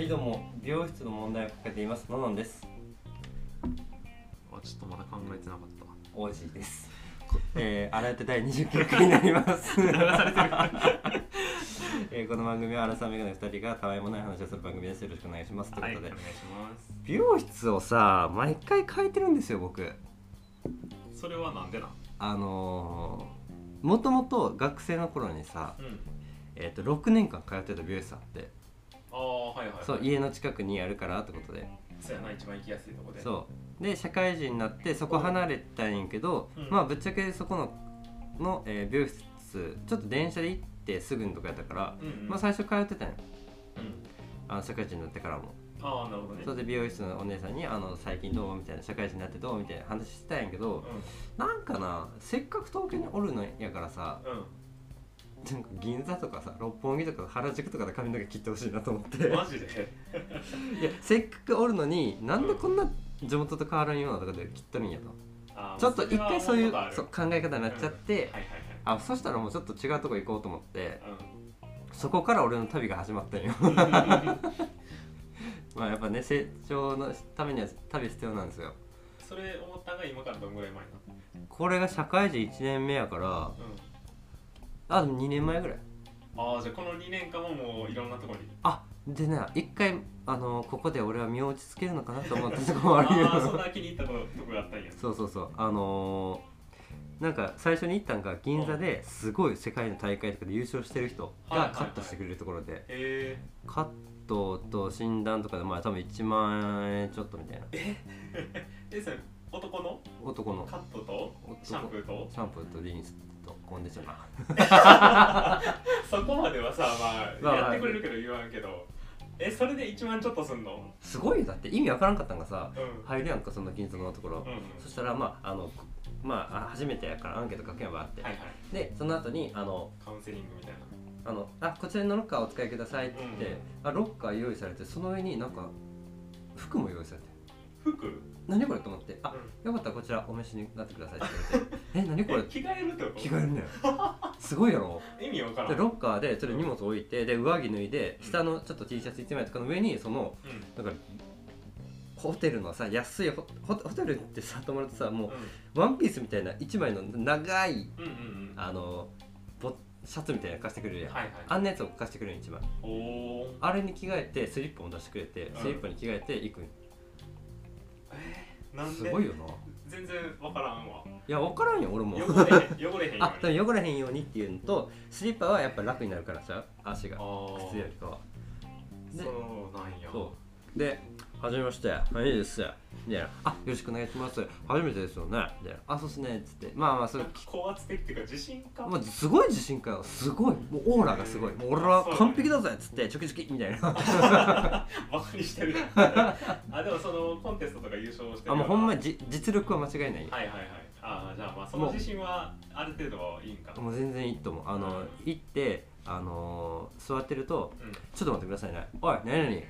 美容室の問題を抱えていますののんですあちょっとまだ考えてなかった王子ですこえー、洗って第29回になります流されてる、 えー、この番組はアラサーメガネ2人がたわいもない話をする番組ですよろしくお願いしますとはいういこおと願で、いしま美容室をさ毎回変えてるんですよ僕すそれはなんでなんあのー、もともと学生の頃にさ、うんえー、と6年間通ってた美容室あってああはいはい、はい、そう家の近くにあるからってことでそうやな一番行きやすいとこでそうで社会人になってそこ離れたんやけど、うんまあぶっちゃけそこのの、えー美容室ちょっと電車で行ってすぐのとこやったから、うんうん、まあ、最初通ってたんようん、あの社会人になってからもああなるほどねそれで美容室のお姉さんに「あの最近どう?」みたいな「社会人になってどう?」みたいな話してたんやけどなんかなせっかく東京におるのやからさうん、なんか銀座とかさ六本木とか原宿とかで髪の毛切ってほしいなと思ってうん、マジでいやせっかくおるのになんでこんな地元と変わらんようなとこで切っとるんやとあーちょっと一回そういうまあそそうれは考え方になっちゃって、思ったことあるはいはいあそしたらもうちょっと違うとこ行こうと思ってはい、うんそこから俺の旅が始まったんよ まあやっぱね成長のためには旅必要なんですよ それ思ったんが今からどんぐらい前なこれが社会人1年目やからうあでも2年前ぐらいん、ああじゃあこの2年間ももういろんなところにあでね一回あのここで俺は身を落ち着けるのかなと思ったとこもああるよあそんな気に入ったこととこがあったんやそうそうそうあのーなんか最初に行ったんが銀座ですごい世界の大会とかで優勝してる人がカットしてくれるところで、へカットと診断とかでまあ多分1万円ちょっとみたいなえー、えそれ男の男のカットと男シャンプーとシャンプーとリンスとコンディショナーそこまではさままああやってくれるけど言わんけどえそれで1万ちょっとすんのすごいよだって意味わからんかったんがさうん入るやんかその銀座のところ、うんうんそしたらまああのまああ初めてやからアンケート書けばあって、はいはいでその後にあのカウンセリングみたいなあのあこちらのロッカーお使いくださいって言って、うんうんあロッカー用意されてその上になんか服も用意されて服何これと思ってあうよかったらこちらお召しになってくださいって言われてえ何これんえ着替えるってこと着替えるんだよすごいやろ意味わからんでロッカーでちょっと荷物置いてで上着脱いでうん下のちょっと T シャツ1枚とかの上にそのうんなんかホテルのさ安いホホホテルってさ泊まるとさもううワンピースみたいな1枚の長いんうんうんうんあのボシャツみたいなの貸してくれるやん、はいはいあんなやつを貸してくれる1枚おおあれに着替えてスリップも出してくれてうんスリップに着替えて行くん、なんですごいよな全然わからんわいや分からんよ俺も汚れへん汚れへん よあでも汚れへんようにっていうのとスリッパはやっぱ楽になるからさ足があ靴よりかはーでそうなんやそうで「はじめましてはいいいです」みたいな「あよろしくお願いします初めてですよね」みたいな「あそうっすね」っつってまあまあそれ高圧的っていうか自信かまあ、すごい自信かよすごいもうオーラがすごいもう俺は完璧だぜっつってチョキチョキみたいな バカにしてるあでもそのコンテストとか優勝してるあもうほんまににじ実力は間違いないはいはいはいああじゃあまあその自信はある程度はいいんかもう全然いいと思うあの行ってあのー座ってるとう「んちょっと待ってくださいねおい何々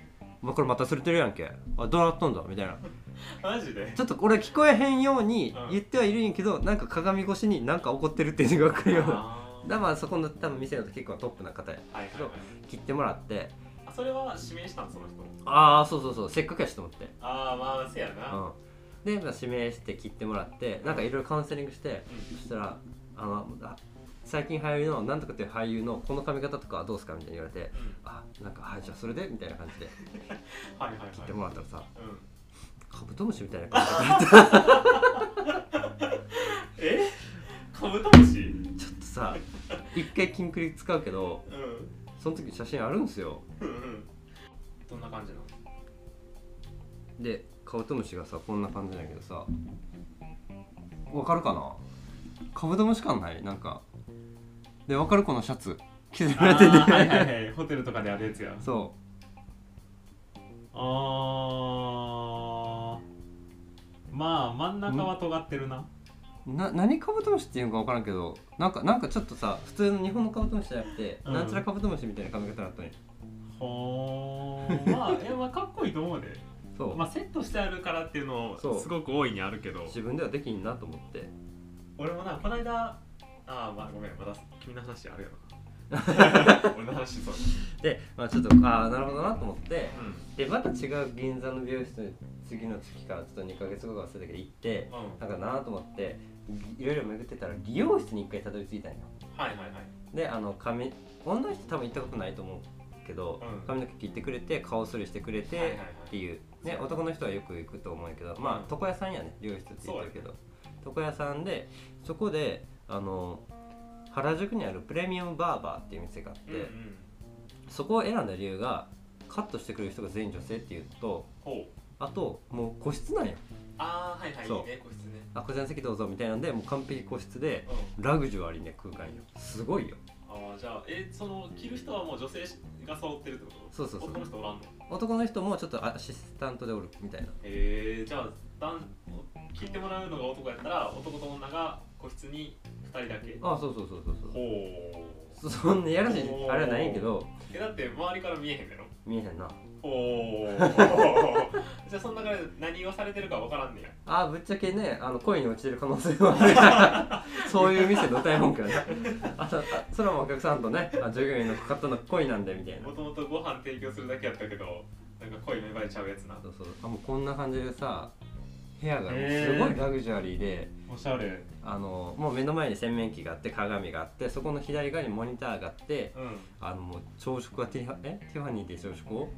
お前これまた忘れてるやんけあどうなっとんだ」みたいなマジでちょっと俺聞こえへんようにうん言ってはいるんやけど、なんか鏡越しになんか怒ってるっていうのが分かるようなあーだまあそこの多分店だと結構トップな方やはいはいはい切ってもらってあそれは指名したんその人ああそうそうそうせっかくやしと思ってああまあせやなうんで、まあ、指名して切ってもらってなんかいろいろカウンセリングしてそしたらあのあ最近俳優のなんとかっていう俳優のこの髪型とかはどうですかみたいに言われてうん、うん、あなんかはいじゃあそれでみたいな感じではいはいはい切ってもらったらさうんカブトムシみたいな感じになってえカブトムシちょっとさ一回キンクリ使うけどうんその時写真あるんすようんうんどんな感じなのでカブトムシがさこんな感じだけどさわかるかなカブトムシ感ないなんかでわかるこのシャツ着せられてて、あーはいはいはいホテルとかであるやつや そあーまあ真ん中は尖ってるなうな何カブトムシっていうのかわからんけどなんかなんかちょっとさ普通の日本のカブトムシじゃなくて、うんなんちゃらカブトムシみたいな髪型だったねほーまあえまあかっこいいと思うで、そう、まあ、セットしてあるからっていうのそうすごく大いにあるけど自分ではできんなと思って俺もなこの間ああまあごめんまだ君の話あるよな 俺の話そうで、まあ、ちょっとああなるほどなと思ってうんでまた違う銀座の美容室に次の月からちょっと2ヶ月後か忘れたけど行ってうんなんかなと思っていいろいろ巡ってたら理容室に一回たどり着いたんよはいはいはいであの髪女の人多分行ったことないと思うけど、うん髪の毛切ってくれて顔剃りしてくれて、はいはいはいっていう、ね、男の人はよく行くと思うんやけどまあ床屋さんやね美容室って言ってるけど、床屋さんでそこであの原宿にあるプレミアムバーバーっていう店があって、うんうんそこを選んだ理由がカットしてくれる人が全員女性っていうのとほうあともう個室なんよああはいはいいそういね個室ねあこちらの席どうぞみたいなんでもう完璧個室でうんラグジュアリーな空間よすごいよああじゃあえその着る人はもう女性が揃ってるってことそうそうそう男の人おらんの男の人もちょっとアシスタントでおるみたいなえー、じゃあ男聞いてもらうのが男やったら男と女が個室に2人だけあそうそうそうそうそうほそそんなやらしいあれはないんやけどうえだって周りから見えへんやろ見えへんなほ うじゃあその中で何をされてるかわからんねやあーぶっちゃけねあの恋に落ちてる可能性はある そういう店の大本家はねあそあそれはもうお客さんとねあ従業員の方の恋なんでみたいなもともとご飯提供するだけやったけどなんか恋芽生えちゃうやつなそうそうあもうこんな感じでさ部屋がもうすごいラグジュアリーで、おしゃれあのもう目の前に洗面器があって鏡があってそこの左側にモニターがあってうんあのもう朝食はティファえティファニーで朝食を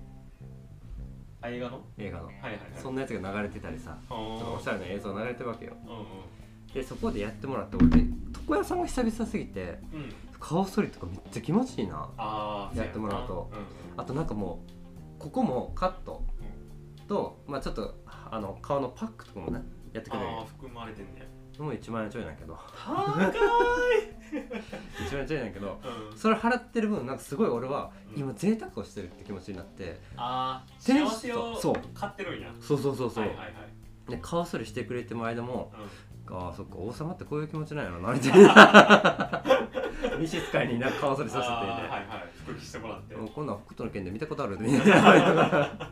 あ映画の映画のはいはいはいそんなやつが流れてたりさちょっとおおしゃれな映像流れてるわけようんうんでそこでやってもらって俺床屋さんが久々すぎてうん顔剃りとかめっちゃ気持ちいいなああやってもらうとんあとなんかもうここもカットと、まあ、ちょっとあの顔のパックとかもねやってくれるんああよ含まれてんねもう1万円ちょいなんやけど 高い1万円ちょいなんやけどうんそれ払ってる分なんかすごい俺はうん今贅沢をしてるって気持ちになってああテン幸シせョンをそう買ってるんやそうそうそうそう、はいはいはいで顔剃りしてくれても間もうんああそっか王様ってこういう気持ちなんやろなみたいな 西使いになんか顔剃りさせてあーねはいはい復帰してもらってもうこんなん北斗の拳で見たことある みたいな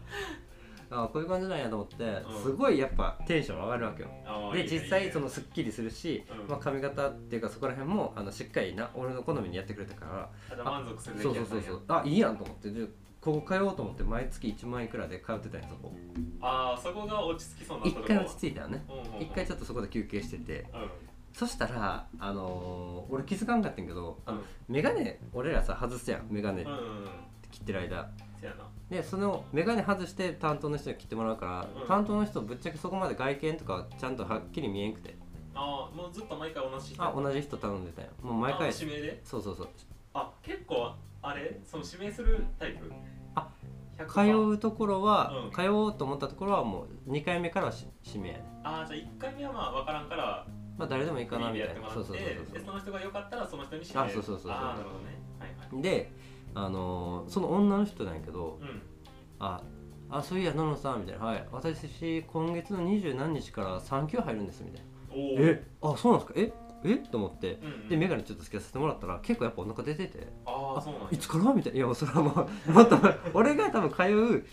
あこういう感じなんやと思って、うんすごいやっぱテンション上がるわけよあーいでいね実際そのすっきりするし、うんまあ、髪型っていうかそこら辺もあのしっかりな俺の好みにやってくれたからあじゃあ満足するべそうきそやうつそなうそうあんやいいやんと思ってでここ通おうと思って毎月1万いくらで通ってたんやそこああそこが落ち着きそうな一とこ回落ち着いたよねうんうんうん一回ちょっとそこで休憩しててうんそしたらあのー俺気づかんかったんやけどあうのんメガネ俺らさ外すやんメガネうんうんうん切ってる間せやなでその眼鏡外して担当の人に切ってもらうから、うん担当の人ぶっちゃけそこまで外見とかちゃんとはっきり見えんくてああもうずっと毎回同じ人あ同じ人頼んでたよもう毎回あそ指名でうそうそうあ結構あれその指名するタイプあ100%通うところは、うん通おうと思ったところはもう2回目からはし指名やねああじゃあ1回目はまあ分からんからまあ誰でもいいかなフリーみでたやっいなてもらそうっそうてそうでその人が良かったらその人に指名あそうそうそうそうああなるほどねはいはいそうであのーその女の人なんやけどうんああそういや野々さんみたいな「はい私今月の二十何日から産休入るんです」みたいな「おおえあそうなんですかええと思ってうんうんで眼鏡ちょっとつけさせてもらったら結構やっぱお腹出ててああそうなんやいつからみたいないやそれはもう もっと俺が多分通う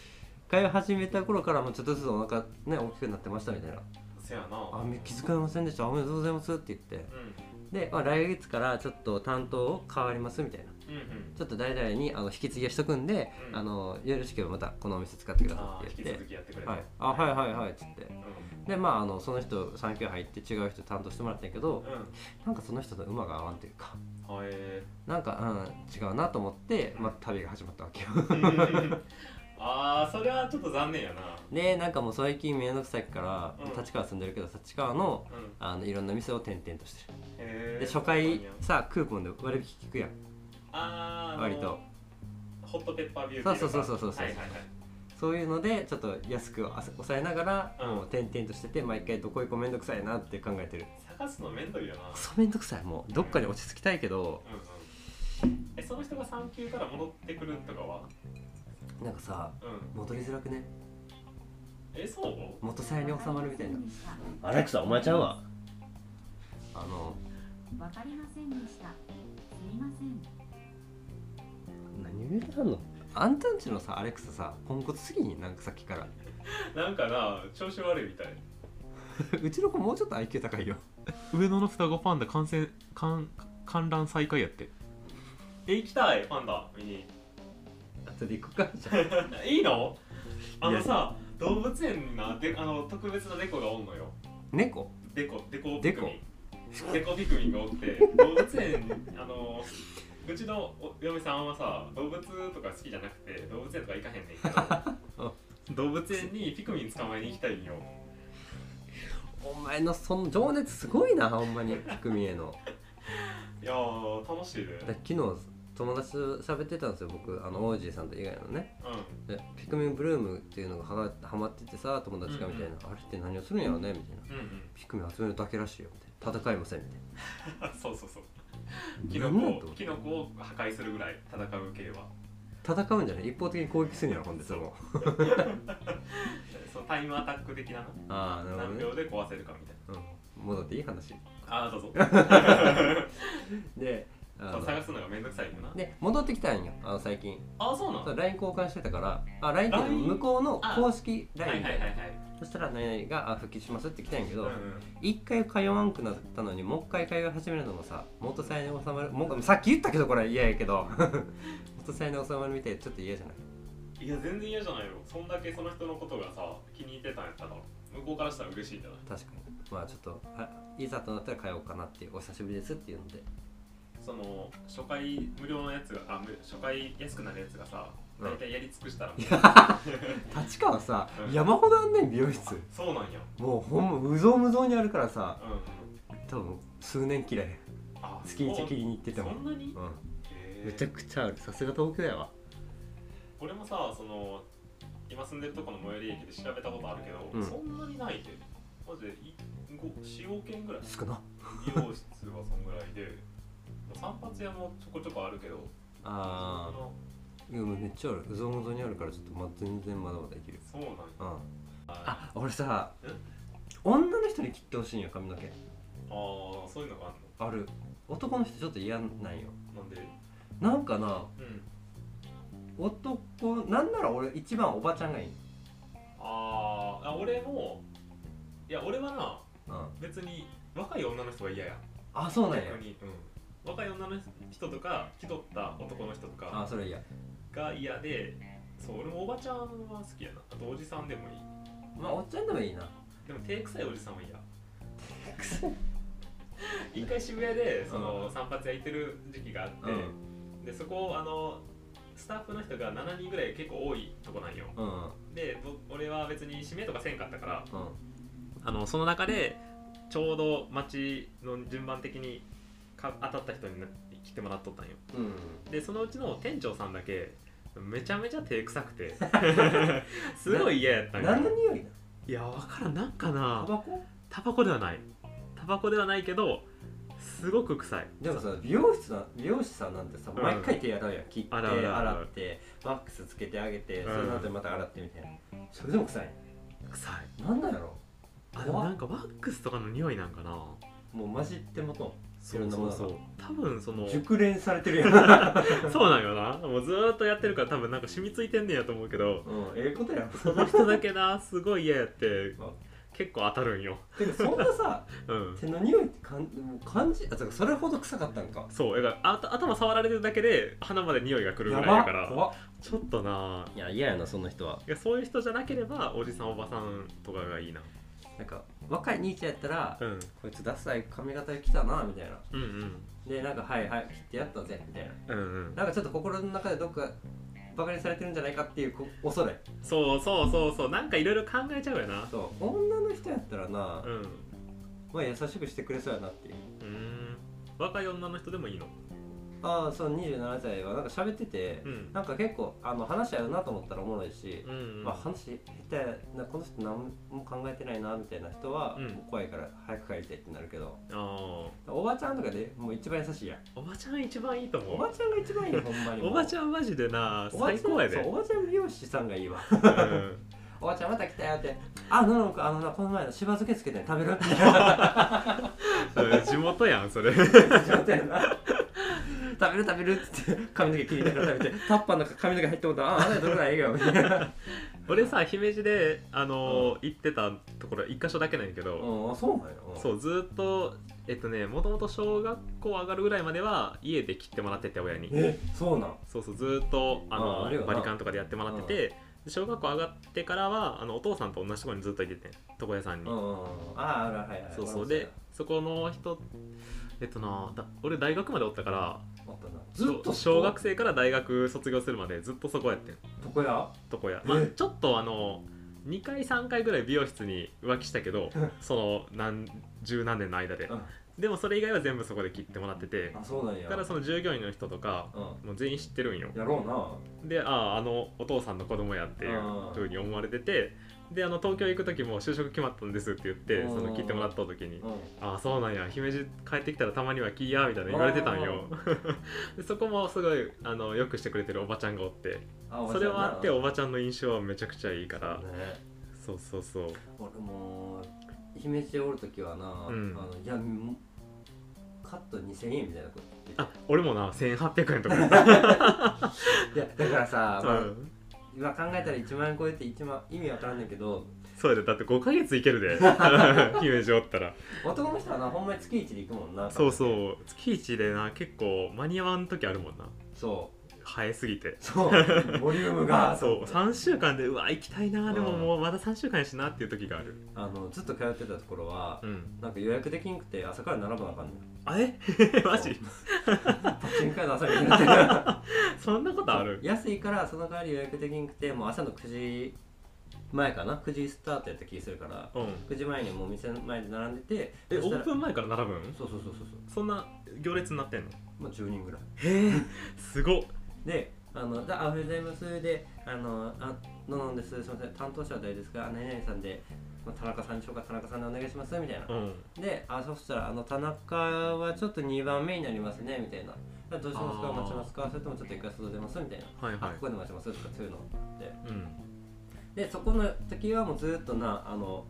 通い始めた頃からもうちょっとずつお腹ね大きくなってましたみたいなせやな「あ気づかれませんでしたおめでとうございます」って言ってうで、まあ、来月からちょっと担当を変わりますみたいなんうんうんちょっと誰々にあの引き継ぎをしとくんで、うんあのよろしければまたこのお店使ってくださああいっ引てき言っ続てきやってく「れたはい、あはいはいはい」っつってうでまああのその人産休入って違う人担当してもらったんやけどんうんなんかその人と馬が合わんというかはいなんか、うん、違うなと思って、まあ、旅が始まったわけよ ああそれはちょっと残念やなでなんかもう最近めんどくさいから、うん立川住んでるけど立川のうんへあのいろんな店を転々としてるえで初回さクーポンで割引聞くやんあーあの割とホットペッパービューティーそうそうそうそうそうはいはいはいそういうのでちょっと安くあ抑えながら、うんもう転々としてて毎回どこ行こうめんどくさいなって考えてる探すのめんどいよなクソめんどくさいもうどっかに落ち着きたいけどうんうんえその人が産休から戻ってくるとかはなんかさうん戻りづらくねえそう元さに収まるみたいなアレクサお前ちゃうわあのわかりませんでした。すいません。何言うてはんのあんたんちのさアレクサさポンコツすぎになんかさっきから なんかな調子悪いみたいうちの子もうちょっと IQ 高いよ上野の双子パンダ観戦観観覧再開やってで行きたいパンダ見に 後で行くかじゃあいいのあのさ動物園になであの特別なデコがおんのよ猫デコデコデピコクミンデコピクミンがおって動物園あのうちのお嫁さんはさ動物とか好きじゃなくて動物園とか行かへんねんけど 動物園にピクミン捕まえに行きたいんよお前のその情熱すごいなほんまにピクミンへのいやー楽しいで、だ昨日友達と喋ってたんですよ僕あのオージーさんと以外のねう、でピクミンブルームっていうのがはがハマっててさ友達がみたいな、あれって何をするんやろねみたいなんうん うんピクミン集めるだけらしいよみたいな戦いませんみたいあそうそうそうキなノ何なんとコをキノコを破壊するぐらい戦う系はな戦うんじゃない一方的に攻撃するんやろほんでそのそのタイムアタック的なのああなるほど何ね秒で壊せるかみたいうん、戻っていい話なあーどう ぞであの探すのがめんどくさいよなで戻ってきたんよあの最近あそうなのそう LINE 交換してたからあ LINE っていうの LINE 向こうの公式はい LINE はいみはたいいはないそしたら何々があ復帰しますって来たんやけうどんうん一回通わんくなったのにもう一回通い始めるのもさ元才に収まるもうさっき言ったけどこれ嫌やけど 元才に収まるみたいでちょっと嫌じゃないいや全然嫌じゃないよそんだけその人のことがさ気に入ってたんやったら向こうからしたら嬉しいんじゃない確かにまあちょっとあいざとなったら通おうかなっていうお久しぶりですっていうのでその初回無料のやつがあむ初回安くなるやつがさうん大体やり尽くしたらもう立川さ、うん山ほどあんねん美容室 そうなんやもうほんまうぞうむぞうにあるからさうんうん多分数年嫌いあ月一切りに行っててもそんなにうんへーめちゃくちゃあるさすが東京やわ俺もさその今住んでるとこの最寄り駅で調べたことあるけど、うんそんなにないでマジで45件ぐらい少な美容室はそんぐらいで散髪屋もちょこちょこあるけどあーいやもうめっちゃあるうぞうむぞうにあるからちょっと、ま、全然まだまだいけるそんなそうなんやうんああ俺さえ女の人に切ってほしいんよ髪の毛あーそういうのがあるある男の人ちょっと嫌なんよのなんでなんかなうん男なんなら俺一番おばちゃんがいいあーあ俺もいや俺はなうん別に若い女の人は嫌やあそうなんや逆に、うん、若い女の人とか気取った男の人とあかそれ嫌が嫌でそう俺もおばちゃんは好きやなあとおじさんでもいいまあおっちゃんでもいいなでも手臭いおじさんは嫌一回渋谷でその散髪屋行ってる時期があって、うんでそこあのスタッフの人が7人ぐらい結構多いとこなんようんうんでぼ俺は別に指名とかせんかったからうんあのその中でちょうど町の順番的にか当たった人にな来てもらっとったんようんでそのうちの店長さんだけめちゃめちゃ手臭 くてすごい嫌やったんよ何の匂いいやわからんなんかななタバコタバコではないタバコではないけどすごく臭いでもさ美容室な美容師さんなんてさうん毎回手洗うやん切って洗う洗う洗ってワックスつけてあげてうそんれの後また洗ってみたいなそれでも臭い臭いなんだろ怖あっでもなんかワックスとかの匂いなんかなうもう混じってもといそろんうなそものうがそう多分その 熟練されてる やんそうなんよなもうずーっとやってるから多分なんか染みついてんねんやと思うけどうんええことやんその人だけなすごい嫌やってあ結構当たるんよてかそんなさうん手の匂いってかんもう感じあそうかそれほど臭かったんかそうだからあと頭触られてるだけで鼻まで匂いがくるぐやらいだかばら怖っちょっとないや嫌やなそんな人はいやそういう人じゃなければおじさんおばさんとかがいいな、なんか若い兄ちゃんやったらうん、こいつダサい髪型来たなみたいなうんうんでなんかはいはい切ってやったぜみたいなうんうんなんかちょっと心の中でどっかバカにされてるんじゃないかっていうこ恐れそうそうそうそうなんかいろいろ考えちゃうよなそう女の人やったらな、うんうまあ優しくしてくれそうやなっていうーん若い女の人でもいいのああそう27歳はなんか喋ってて、うんなんか結構あの話合うなと思ったらおもろいし、うんうんまあ話下手やなこの人何も考えてないなみたいな人は、うん怖いから早く帰りたいってなるけどあおばちゃんとかでもう一番優しいやんーおばちゃん一番いいと思うおばちゃんが一番いいよほんまにおばゃんちゃんマジでなおばちゃ最ん高やでそうおばちゃん美容師さんがいいわうんおばちゃんまた来たよってあののあのなこの前のしば漬けつけてん食べるうん地元やんそれ食べる食べるっつって髪の毛切りながら食べてタッパーの中髪の毛入ってもらったらああなたどれがいいよみたいな俺さ姫路であのー行ってたところ一箇所だけなんやけど、うんそうなんやそうずーっとえっとねもともと小学校上がるぐらいまでは家で切ってもらってて親にえそうなんそうそうずーっとあのああるよなバリカンとかでやってもらっててで小学校上がってからはあのお父さんと同じところにずっといてて床屋さんに、うんうんうんああるはいはいそうそうでそこの人えっとなだ俺大学までおったからあったなずっと小学生から大学卒業するまでずっとそこやってん床屋床屋まあえちょっとあの2回3回ぐらい美容室に浮気したけどその何十何年の間でうんでもそれ以外は全部そこで切ってもらっててあそうなんやだからその従業員の人とかうもう全員知ってるんよんやろうなであああのお父さんの子供やっていううんふうに思われててであの東京行く時も就職決まったんですって言ってうんその切ってもらった時にうんああそうなんや姫路帰ってきたらたまにはキーやみたいな言われてたんよ でそこもすごいあのよくしてくれてるおばちゃんがおってあそれはあっておおばちゃんの印象はめちゃくちゃいいからばちゃんなねそうそうそう俺も姫路でおる時はな、うんあのいやもうカット2000円みたいなこと言ってあ俺もな1800円とか やった、いやだからさ、うまあ、ん、今考えたら1万円超えて1万意味わからんねんけどそうやでだって5ヶ月いける で姫路おったら男の人はなほんまに月1で行くもんなそうそうう月1でな結構間に合わん時あるもんなそう生えすぎてそう ボリュームがそうそう3週間でうわ行きたいなでもうんもうまだ3週間やしなっていう時があるあのずっと通ってたところは、うんなんか予約できんくて朝から並ばなあかんねんあえ マジパチンコ屋の朝になってるそ んなことある安いからその代わり予約できんくてもう朝の9時前かな9時スタートやった気するからうん9時前にもう店の前で並んでてえそしオたらープン前から並ぶんそうそうそうそうそうそんな行列になってんのまあ10人ぐらいへえすごっであの「あおはようございます」で「あのあののんですすいません担当者は誰ですかあ何々さんで、まあ、田中さんでしょうか田中さんでお願いします」みたいなうんであそしたら「あの田中はちょっと2番目になりますね」みたいな「どうしますあかー待ちますかそれともちょっと一回外出ます」みたいな「はいあはここで待ちます」とかそういうのっていうんでそこの時はもうずっとなあの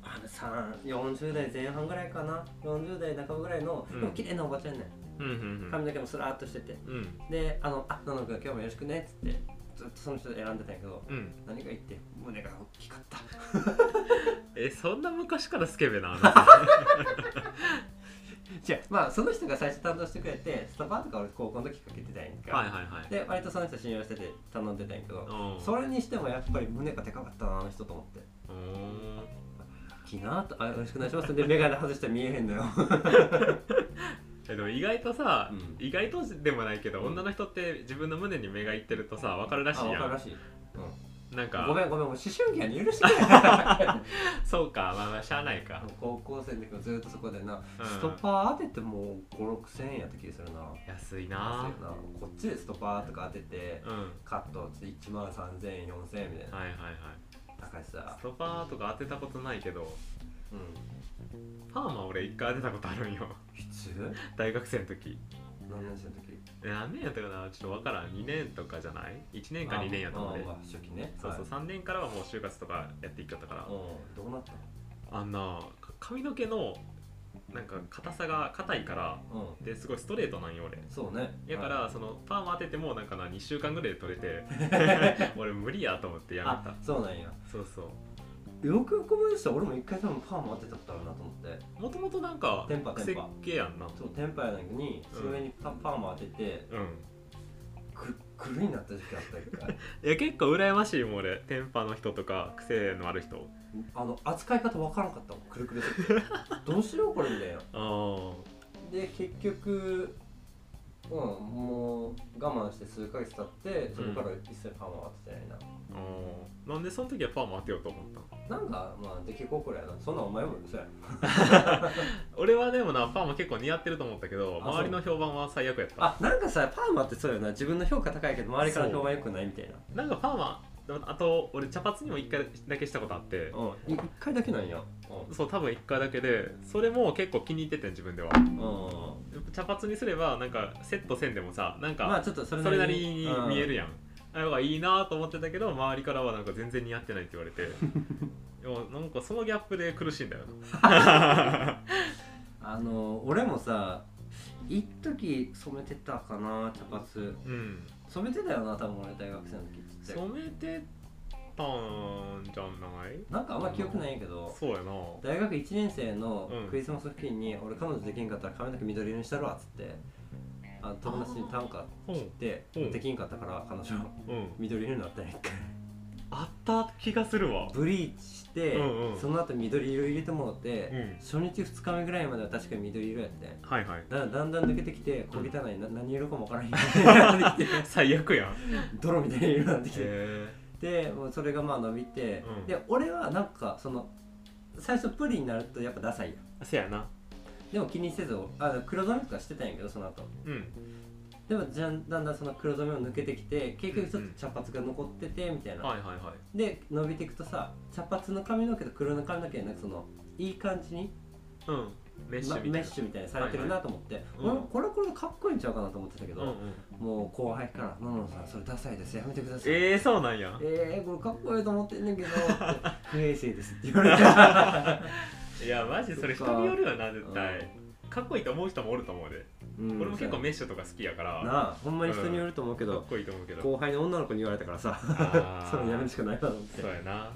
あの3 40代前半ぐらいかな40代半ばぐらいの、うんでも綺麗なおばちゃんねうんうん髪の毛もスラーっとしててうんうんで「あのあ野々君今日もよろしくね」っつってずっとその人選んでたんやけどうん何が言って胸が大きかった えそんな昔からスケベなあ違うまあその人が最初担当してくれてスタバとか俺高校の時かけてたんやんのか、はいはいはいで割とその人信用してて頼んでたんやけどうんそれにしてもやっぱり胸がでかかったなあの人と思ってうん「きな」と「あよろしくお願いします」で眼鏡外したら見えへんのよえでも意外とさ、うん意外とでもないけど、うん女の人って自分の胸に目がいってるとさ分かるあらしい分やかるらんしい、なんうん、ごかめんごめんもう思春期やに許して くれそうかまあまあしゃあないかあの、高校生の時もずっとそこでな、うんストッパー当てても56000円やった気がするな安い安ないよなこっちでストッパーとか当てて、うんはカットして1万3000円4000円みたいいなはいはい高いしさス、トパーとか当てたことないけどうん、パーマ俺一回当てたことあるんよ 普通大学生の時何年生の時え何年やったかなちょっと分からん2年とかじゃない1年か2年やったのであまあまあ初期ねそうそう、3年からはもう就活とかやっていっちゃったから、うんどうなったあんなか髪の毛のなんか硬さが硬いからのですごいストレートなんよ俺うんそうねやから、はいそのパーマ当ててもなんかな2週間ぐらいで取 れて俺無理やと思ってやめあたそうなんやそうそうよくよく思い出したら俺も一回多分パーマ当てたことあるなと思ってもともとなんかテンパテン癖っパ気やんなそうテンパやのにうんそれにパパーマ当ててうんくくるになった時期あった一回いや結構羨ましいもん俺テンパの人とか癖のある人あの扱い方わからんかったもんくるくるすぎてどうしようこれみたいなあで結局うんもう我慢して数ヶ月経ってそこから一切パーマ当ててないな、ーあーなんでその時はパーマ当てようと思ったのなんかまあ出来心やなそんなんお前もそうや俺はでもなパーマ結構似合ってると思ったけどあそう周りの評判は最悪やったあなんかさパーマってそうよな自分の評価高いけど周りから評判良くないみたいななんかパーマあと俺茶髪にも1回だけしたことあってうんい一回だけなんやうそう多分1回だけでそれも結構気に入っててん自分ではん、うん、茶髪にすればなんかセットせんでもさなんまあかちょっとそれそれなりに見えるややん、あなんかいいなと思ってたけど周りからはなんか全然似合ってないって言 われてでもなんかそのギャップで苦しいんだよなんあの俺もさ一時染めてたかな茶髪うん染めてたよな多分俺大学生の時ちっちゃい染めてったんじゃないなんかあんま記憶ないんやけどそうやな大学1年生のうんクリスマス付近に、俺彼女できんかったら髪の毛緑色にしたるわっつってあの友達に短歌うんで、うんできんかったから彼女うん緑色になったんや一回あった気がするわブリーチして、うんうんその後緑色入れてもらっうて、ん初日2日目ぐらいまでは確かに緑色やってんはいはいだだんだん抜けてきて小汚い、な何色かもわ からへんようになってきて最悪やんへ泥みたいな色になってきて、えでもうそれがまあ伸びて、うんで俺はなんかその最初プリになるとやっぱダサいやんせやなでも気にせずあ黒染めとかしてたんやけどその後うんでもじゃんだんだんその黒染めを抜けてきて結局ちょっと茶髪が残っててみたいな、はいはいはいで伸びていくとさ茶髪の髪の毛と黒の髪の毛なんかそのいい感じにうんメッシまュみたメいッなシュみたいにされてるなと思って、はいはいうん俺これこれかっこいいんちゃうかなと思ってたけうど、んうんもう後輩から「のんのんさんそれダサいですやめてください」ええそうなんやえー、これかっこいいと思ってんねんけど」っ て「不衛生です」って言われたいやマジそれ人によるよな絶対かっこいいと思う人もおると思うでうん俺も結構メッシュとか好きやからかなあほんまに人によると思うけっど、こいいと思うけど後輩の女の子に言われたからさあ ーそれやめるしかないなと思ってそうやな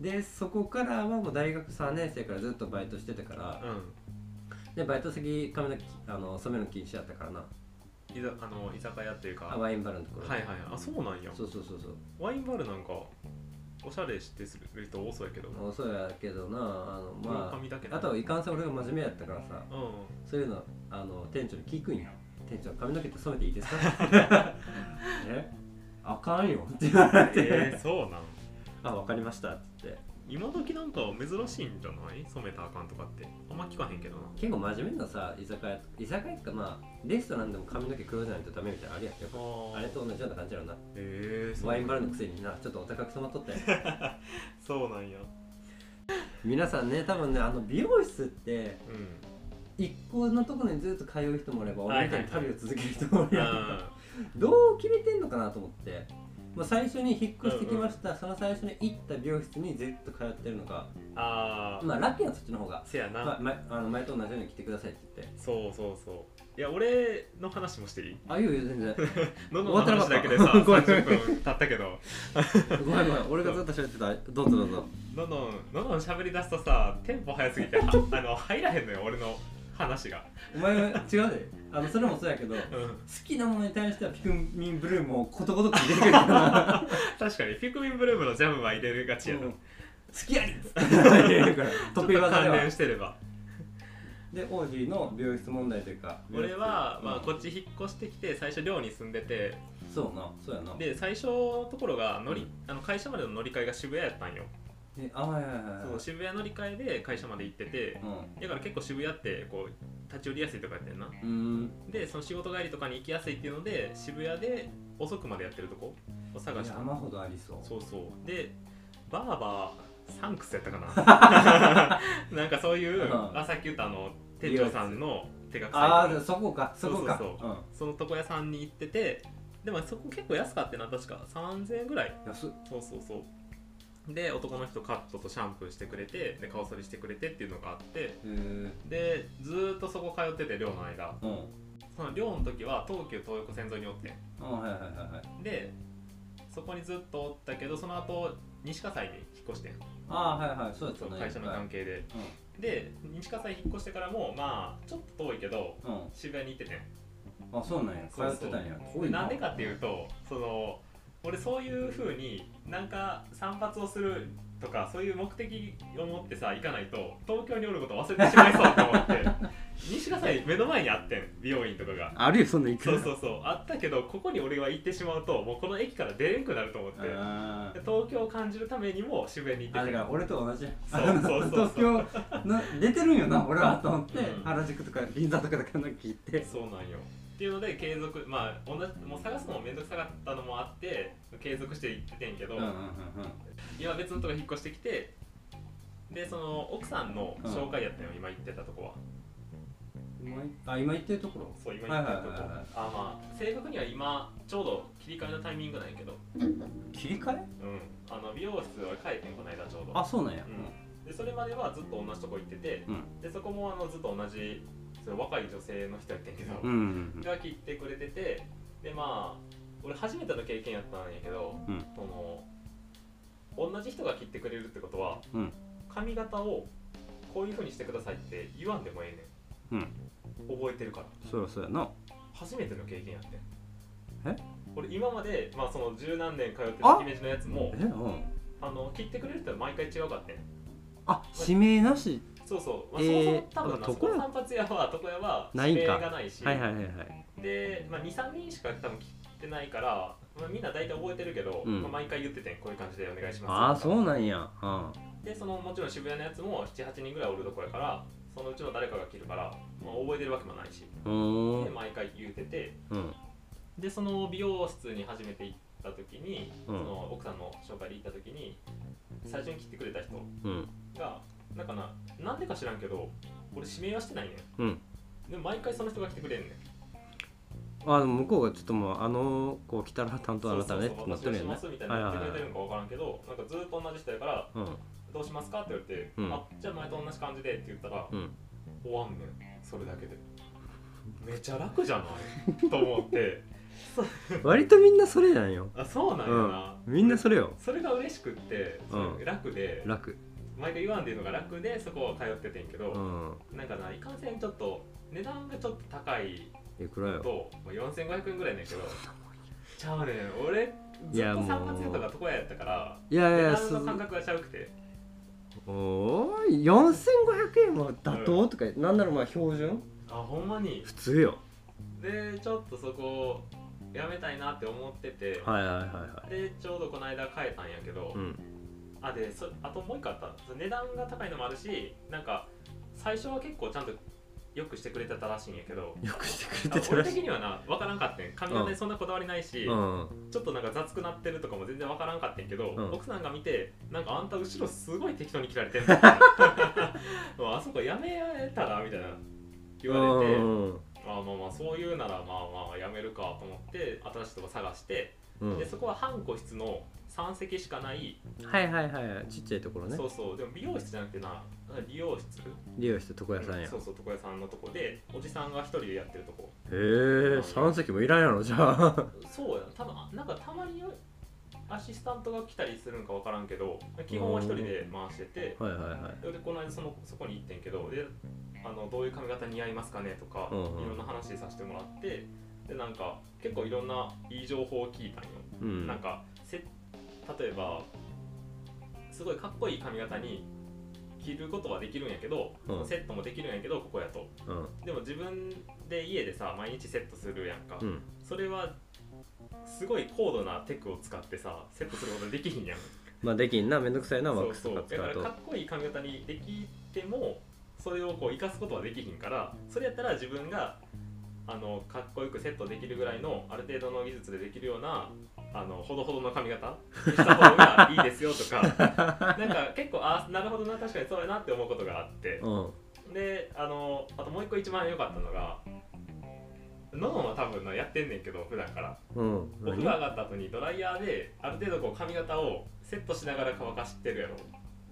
でそこからはもう大学3年生からずっとバイトしてたからうでバイト先髪の毛あの染めの禁止やったからなん居ざあの居酒屋っていうかあはいワインバルのところはいあそうなんやそうそうそうそうワインバルなんかおしゃれしてする人多そうやけどもうそうやけどなあのま髪だけああとはいかんせん俺が真面目やったからさうんそういうのあの店長に聞くんや店長髪の毛って染めていいですか えあかんよって言われて、えー、そうなんあわかりましたって言って今時なんか珍しいんじゃない染めたらあかんとかってあんま聞かへんけどな結構真面目なさ居酒屋居酒屋ってかまあレストランでも髪の毛黒じゃないとダメみたいなのあるやんやっぱああれと同じような感じやろなえー、そうワインバルのくせになちょっとお高く染まっとったよそうなんや 皆さんね多分ねあの美容室ってうん一個のところにずっと通う人もおればはい俺はいみたいに旅を続ける人もおるやんあどう決めてんのかなと思って、まあ、最初に引っ越してきました、その最初に行った美容室にずっと通ってるのかあーまあラッキーはそっちの方が、せやな、まあ、前あの前と同じように来てくださいって言ってそうそうそういや俺の話もしていいあいいよいいよ全然のの終わったら話だけでさば っか30分経ったけど ごめんごめん俺がずっと喋ってたどうぞどうぞののんののん喋り出すとさテンポ早すぎてはあの入らへんのよ俺の話がお前は違うであのそれもそうやけど好うんきなものに対してはピクミンブルーもことごとく入れてくるから確かにピクミンブルームのジャムは入れるがちやなうん好きやりっつって入れるからちょ得っと意技で関は連してればでオージーの美容室問題というか俺は、まあ、ここっち引っ越してきて最初寮に住んでてそうなそうやなで最初のところが乗りあの会社までの乗り換えが渋谷やったんよ、えあはいはいはいそう渋谷乗り換えで会社まで行っててだから結構渋谷ってこう立ち寄りやすいとかやってんなうんうーんでその仕事帰りとかに行きやすいっていうので渋谷で遅くまでやってるとこを探した山ほどありそうそうそうでバーバーサンクスやったか な なんかそういう、うんあさっき言ったあの店長さんの手が臭いとあこあそこかそこかそうそうその床屋さんに行っててでもそこ結構安かってな確か3000円ぐらいうん安っそうそうそうで男の人カットとシャンプーしてくれてで顔剃りしてくれてっていうのがあってへーでずーっとそこ通ってて寮の間うんその寮の時は東急東横線沿いにおってあはいはいはいはいんでそこにずっとおったけどその後西葛西に引っ越してんあーはいはいそうやっそたうね会社の関係でで西葛西引っ越してからもまあちょっと遠いけどうんうん渋谷に行っててんあそうなんや通そうそうってたんやでなんでかっていうとその俺そういうふうになんか散髪をするとかそういう目的を持ってさ行かないと東京におること忘れてしまいそうと思って 西葛西目の前にあってん美容院とかが。あるよそんな行そうそうそうあったけどここに俺は行ってしまうともうこの駅から出れんくなると思ってあで東京を感じるためにも渋谷に行あだってから俺と同じそうそうそうそう東京の出てるんよな俺はと思って、うん原宿とか銀座とかでかな聞いてそうなんよっていうので継続まあ同じもう探すのも面倒くさかったのもあって継続して行っててんけど、うんうんうん今別のとこ引っ越してきてでその奥さんの紹介やったよ、今行ってたとこはうん今いあ今行ってるところそう今行ってたとこ、はいはいはいはいあまあ正確には今ちょうど切り替えのタイミングなんやけど、切り替えうん、あの美容室俺帰ってんこの間ちょうどあそうなんや、うん、でそれまではずっと同じとこ行ってて、うんでそこもあのずっと同じその若い女性の人やってんけど、うんうんが切ってくれててでまあ俺初めての経験やったんやけど、うんその同じ人が切ってくれるってことは、うん髪型をこういうふうにしてくださいって言わんでもええねん、覚えてるからそりゃそうやな初めての経験やってんえ俺今まで、まあ、その十何年通ってるあ姫路のやつもえうんあの切ってくれる人は毎回違うかってんあ指名なしそうそう、まあ、えそもそーも多分な、あ床そ屋の散髪屋は床屋はないんか指名がないしはいはいはいはいで、まあ、23人しか多分切ってないから、まあ、みんな大体覚えてるけど、うんまあ、毎回言っててんこういう感じでお願いしああますそうなんやうんでそのもちろん渋谷のやつも78人ぐらいおるとこやからそのうちの誰かが切るから、まあ、覚えてるわけもないしうでーん毎回言うててうんでその美容室に初めて行った時に、うんその奥さんの紹介で行った時に最初に切ってくれた人うんがなんかななんでか知らんけど俺指名はしてないねうんんでも毎回その人が来てくれんねんあでも向こうがちょっともうあの子来たら担当あなたねっそうてそなうっそてるよねう私をしますみたいはなはいはい言ってくれてるいんか分からんけどなんかずっと同じ人やからうんどうしますかって言われて、うんあじゃあ前と同じ感じでって言ったら、うん終わんねんそれだけでめちゃ楽じゃないと思 って割とみんなそれなんよあそうなんやな、みんなそれよそれが嬉しくって、うんそれ楽で楽毎回言わんでいうのが楽でそこを通っててんけうど、んなんかないかんせんちょっと値段がちょっと高いいくらよと、まあ、4500円ぐらいねんけどちゃうねん俺いずっやともう散髪屋とか床屋やったからいやい値や段その感覚がちゃうくておーい4500円は妥当とかなんならまあ標準あほんまに普通よでちょっとそこをやめたいなって思ってて、はいはいはいはいでちょうどこの間変えたんやけど、うんあでそあともう一個あったその値段が高いのもあるしなんか最初は結構ちゃんとよくしてくれてたらしいんやけどよくしてくあれてた俺らし的いにはな分からんかってん髪型にそんなこだわりないし、うんちょっとなんか雑くなってるとかも全然分からんかってんけど、うん奥さんが見てなんかあんた後ろすごい適当に切られて んのもうあそこやめたらみたいな言われて、うんまあまあまあそういうならまあまあやめるかと思って新しいとこ探して、うんでそこは半個室の3席しかない、はいはいはいちっちゃいところねそうそうでも美容室じゃなくてな美容室利用して床屋さんやへそうそう床屋さんのとこでおじさんが一人でやってるとこえ3席もいらんやろじゃあ そうや多分あなんかたまにアシスタントが来たりするんか分からんけど基本は一人で回しててはいはいはいでこの間そのそこに行ってんけどであのどういう髪型似合いますかねとか、うんうんいろんな話させてもらってでなんか結構いろんないい情報を聞いたんようんなんかせ例えばすごいかっこいい髪型に着ることはできるんやけど、うんセットもできるんやけどここやとうんでも自分で家でさ毎日セットするやんか、うんそれはすごい高度なテクを使ってさセットすることできひんやんまあできんなめんどくさいなワそッうクスとそかうだ使かうらとかっこいい髪型にできてもそれをこう生かすことはできひんからそれやったら自分があのかっこよくセットできるぐらいのある程度の技術でできるようなあのほどほどの髪型にした方がいいですよと かなんか結構あなるほどな確かにそうやなって思うことがあってうんであのあともう一個一番良かったのがノンは多分なやってんねんけど普段からうんお風呂上がった後にドライヤーである程度こう髪型をセットしながら乾かしてるやろ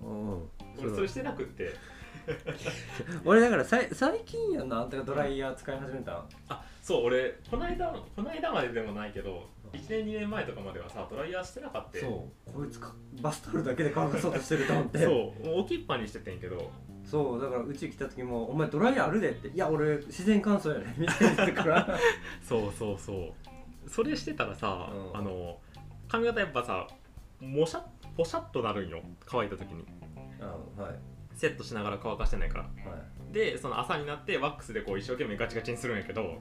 うん俺それしてなくって俺だからさい最近やんなあんたがドライヤー使い始めたんあそう俺この間この間まででもないけど1年2年前とかまではさドライヤーしてなかったそうこいつかバスタオルだけで乾かそうとしてると思ってそうもう置きっぱにしててんけどそうだからうち来た時も「お前ドライヤーあるで」って「いや俺自然乾燥やね」み たいな言ってからそうそうそうそれしてたらさ、うんあの髪型やっぱさもしゃぽしゃっとなるんよ乾いた時にうんはいセットしながら乾かしてないからはでその朝になってワックスでこう一生懸命ガチガチにするんやけどいはい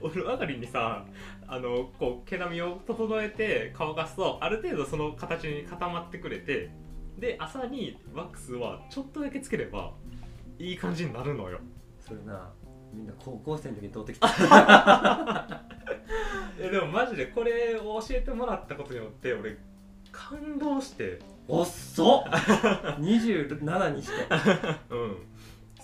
お風呂上がりにさあのこう毛並みを整えて乾かすとある程度その形に固まってくれてで朝にワックスはちょっとだけつければいい感じになるのよそれなみんな高校生の時に通ってきたえでもマジでこれを教えてもらったことによって俺感動しておっそ27にしてうん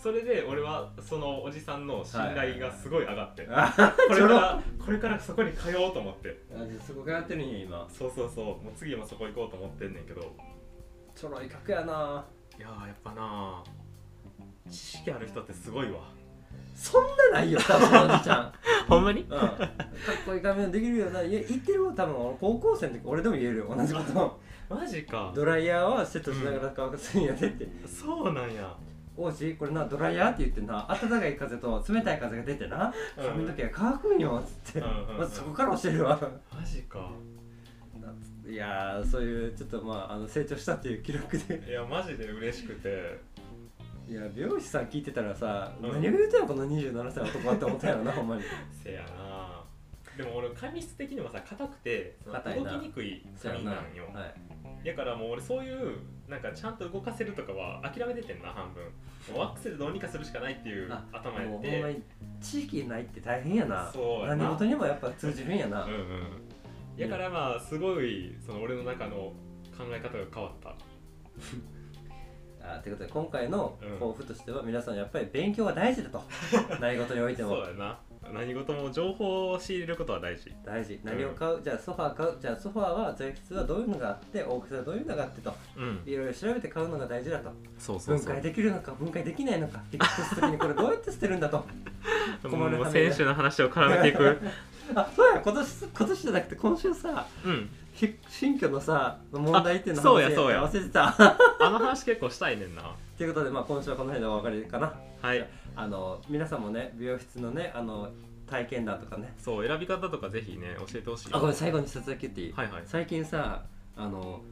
それで俺はそのおじさんの信頼がすごい上がって、あこれからこれからそこに通おうと思ってじゃあそこ通ってるんや今そうそうそうもう次もそこ行こうと思ってんねんけどちょろい格やないやーやっぱなー知識ある人ってすごいわそんなないよ多分おじちゃんほんまにうんかっこいい髪のできるよないや言ってるわ多分俺高校生の時俺でも言えるよ同じことマジかドライヤーはセットしながら乾かすんやでってそうなんや王子これなドライヤーって言ってな暖かい風と冷たい風が出てな髪の毛が乾くんよっつってうんうんまずそこから教えるわマジかいやーそういうちょっとまああの成長したっていう記録でいやマジで嬉しくていや美容師さん聞いてたらさ、うん何を言うてんのこの27歳の男はって思ったや ろなほんまにせやなでも俺髪質的にもさ硬くてその硬いな動きにくい髪なんよはい、だからもう俺そういうなんかちゃんと動かせるとかは諦めててんな半分もうワックスでどうにかするしかないっていうあ頭やもっうほんまてに地域ないって大変やなそうやな何事にもやっぱ通じるんやな、うんうんだからまあすごいその俺の中の考え方が変わったあということで今回のうん抱負としては皆さんやっぱり勉強は大事だ と何事においてそもうやな何事も情報を仕入れることは大事大事何を買う、じゃあソファー買うじゃあソファーは材質はどういうのがあって大きさはどういうのがあってとうんいろいろ調べて買うのが大事だとそうそう分そう解できるのか分解できないのか引っ越す時にこれどうやって捨てるんだと困るもうために選手の話を絡めてい く あそうや今年今年じゃなくて今週さうんひ新居のさ問題点の話そうやそうや忘れてた あの話結構したいねんなということで、まあ、今週はこの辺でお別れかなはいあの皆さんもね美容室のねあの体験談とかねそう選び方とかぜひね教えてほしいあごめん最後に一つだけ言っていい、はいはい最近さあの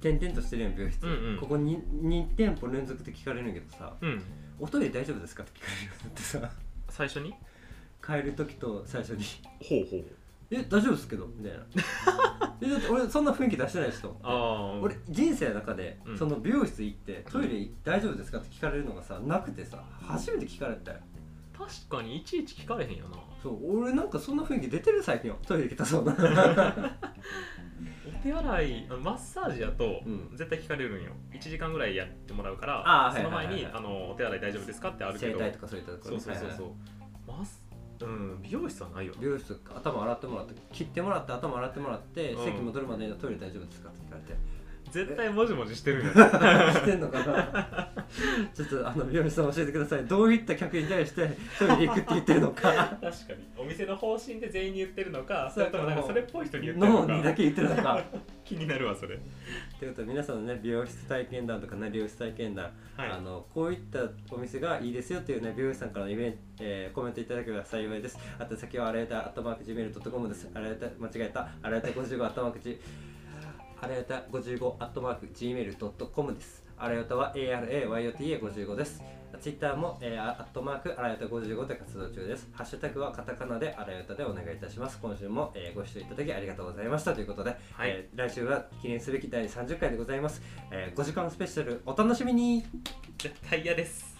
点々としてるやん美容室、うんうんここに2店舗連続で聞かれるんやけどさうん「おトイレ大丈夫ですか?」って聞かれるようになってさ 最初に帰る時と最初にほうほう「え大丈夫ですけど」みたいなえだって俺そんな雰囲気出してないしとああ俺人生の中で、うんその美容室行ってトイレ大丈夫ですかって聞かれるのがさなくてさ初めて聞かれたよ確かにいちいち聞かれへんよなそう俺なんかそんな雰囲気出てる最近はトイレ行けたそう なはお手洗いあのマッサージやとうん絶対聞かれるんよ1時間ぐらいやってもらうかあらーそのはい前はいはいにあのお手洗い大丈夫ですかってある け整ど体とかそういったとこそろうそうそうはいそはうマッサうん美容室はないよい美容室頭洗ってもらって切ってもらって頭洗ってもらって、うん席戻るまでにトイレ大丈夫ですかって聞かれな絶対もじもじし てるんやてしてんのかな ちょっとあの美容師さん教えてくださいどういった客に対してトイレ行くって言ってるのか確かにお店の方針で全員に言ってるのかそそうれともなんかそれっぽい 人に言ってる脳にのだかけ言ってるのか気になるわそれということで皆さんのね美容室体験談とかね美容室体験談、はいあのこういったお店がいいですよっていうね美容師さんからのイベン、えーコメントいただければ幸いですあと先はあらやたアットマーク Gmail.com ですあらやた間違えたあらやた55アットマーク G あらやた55アットマーク Gmail.com ですあらやたは ARAYOTA55 ですツイッターも、えー、アットマークあらやた55で活動中です。ハッシュタグはカタカナであらやたでお願いいたします。今週も、えーご視聴いただきありがとうございましたということで、はいえー来週は記念すべき第30回でございます、えー5時間スペシャルお楽しみに絶対嫌です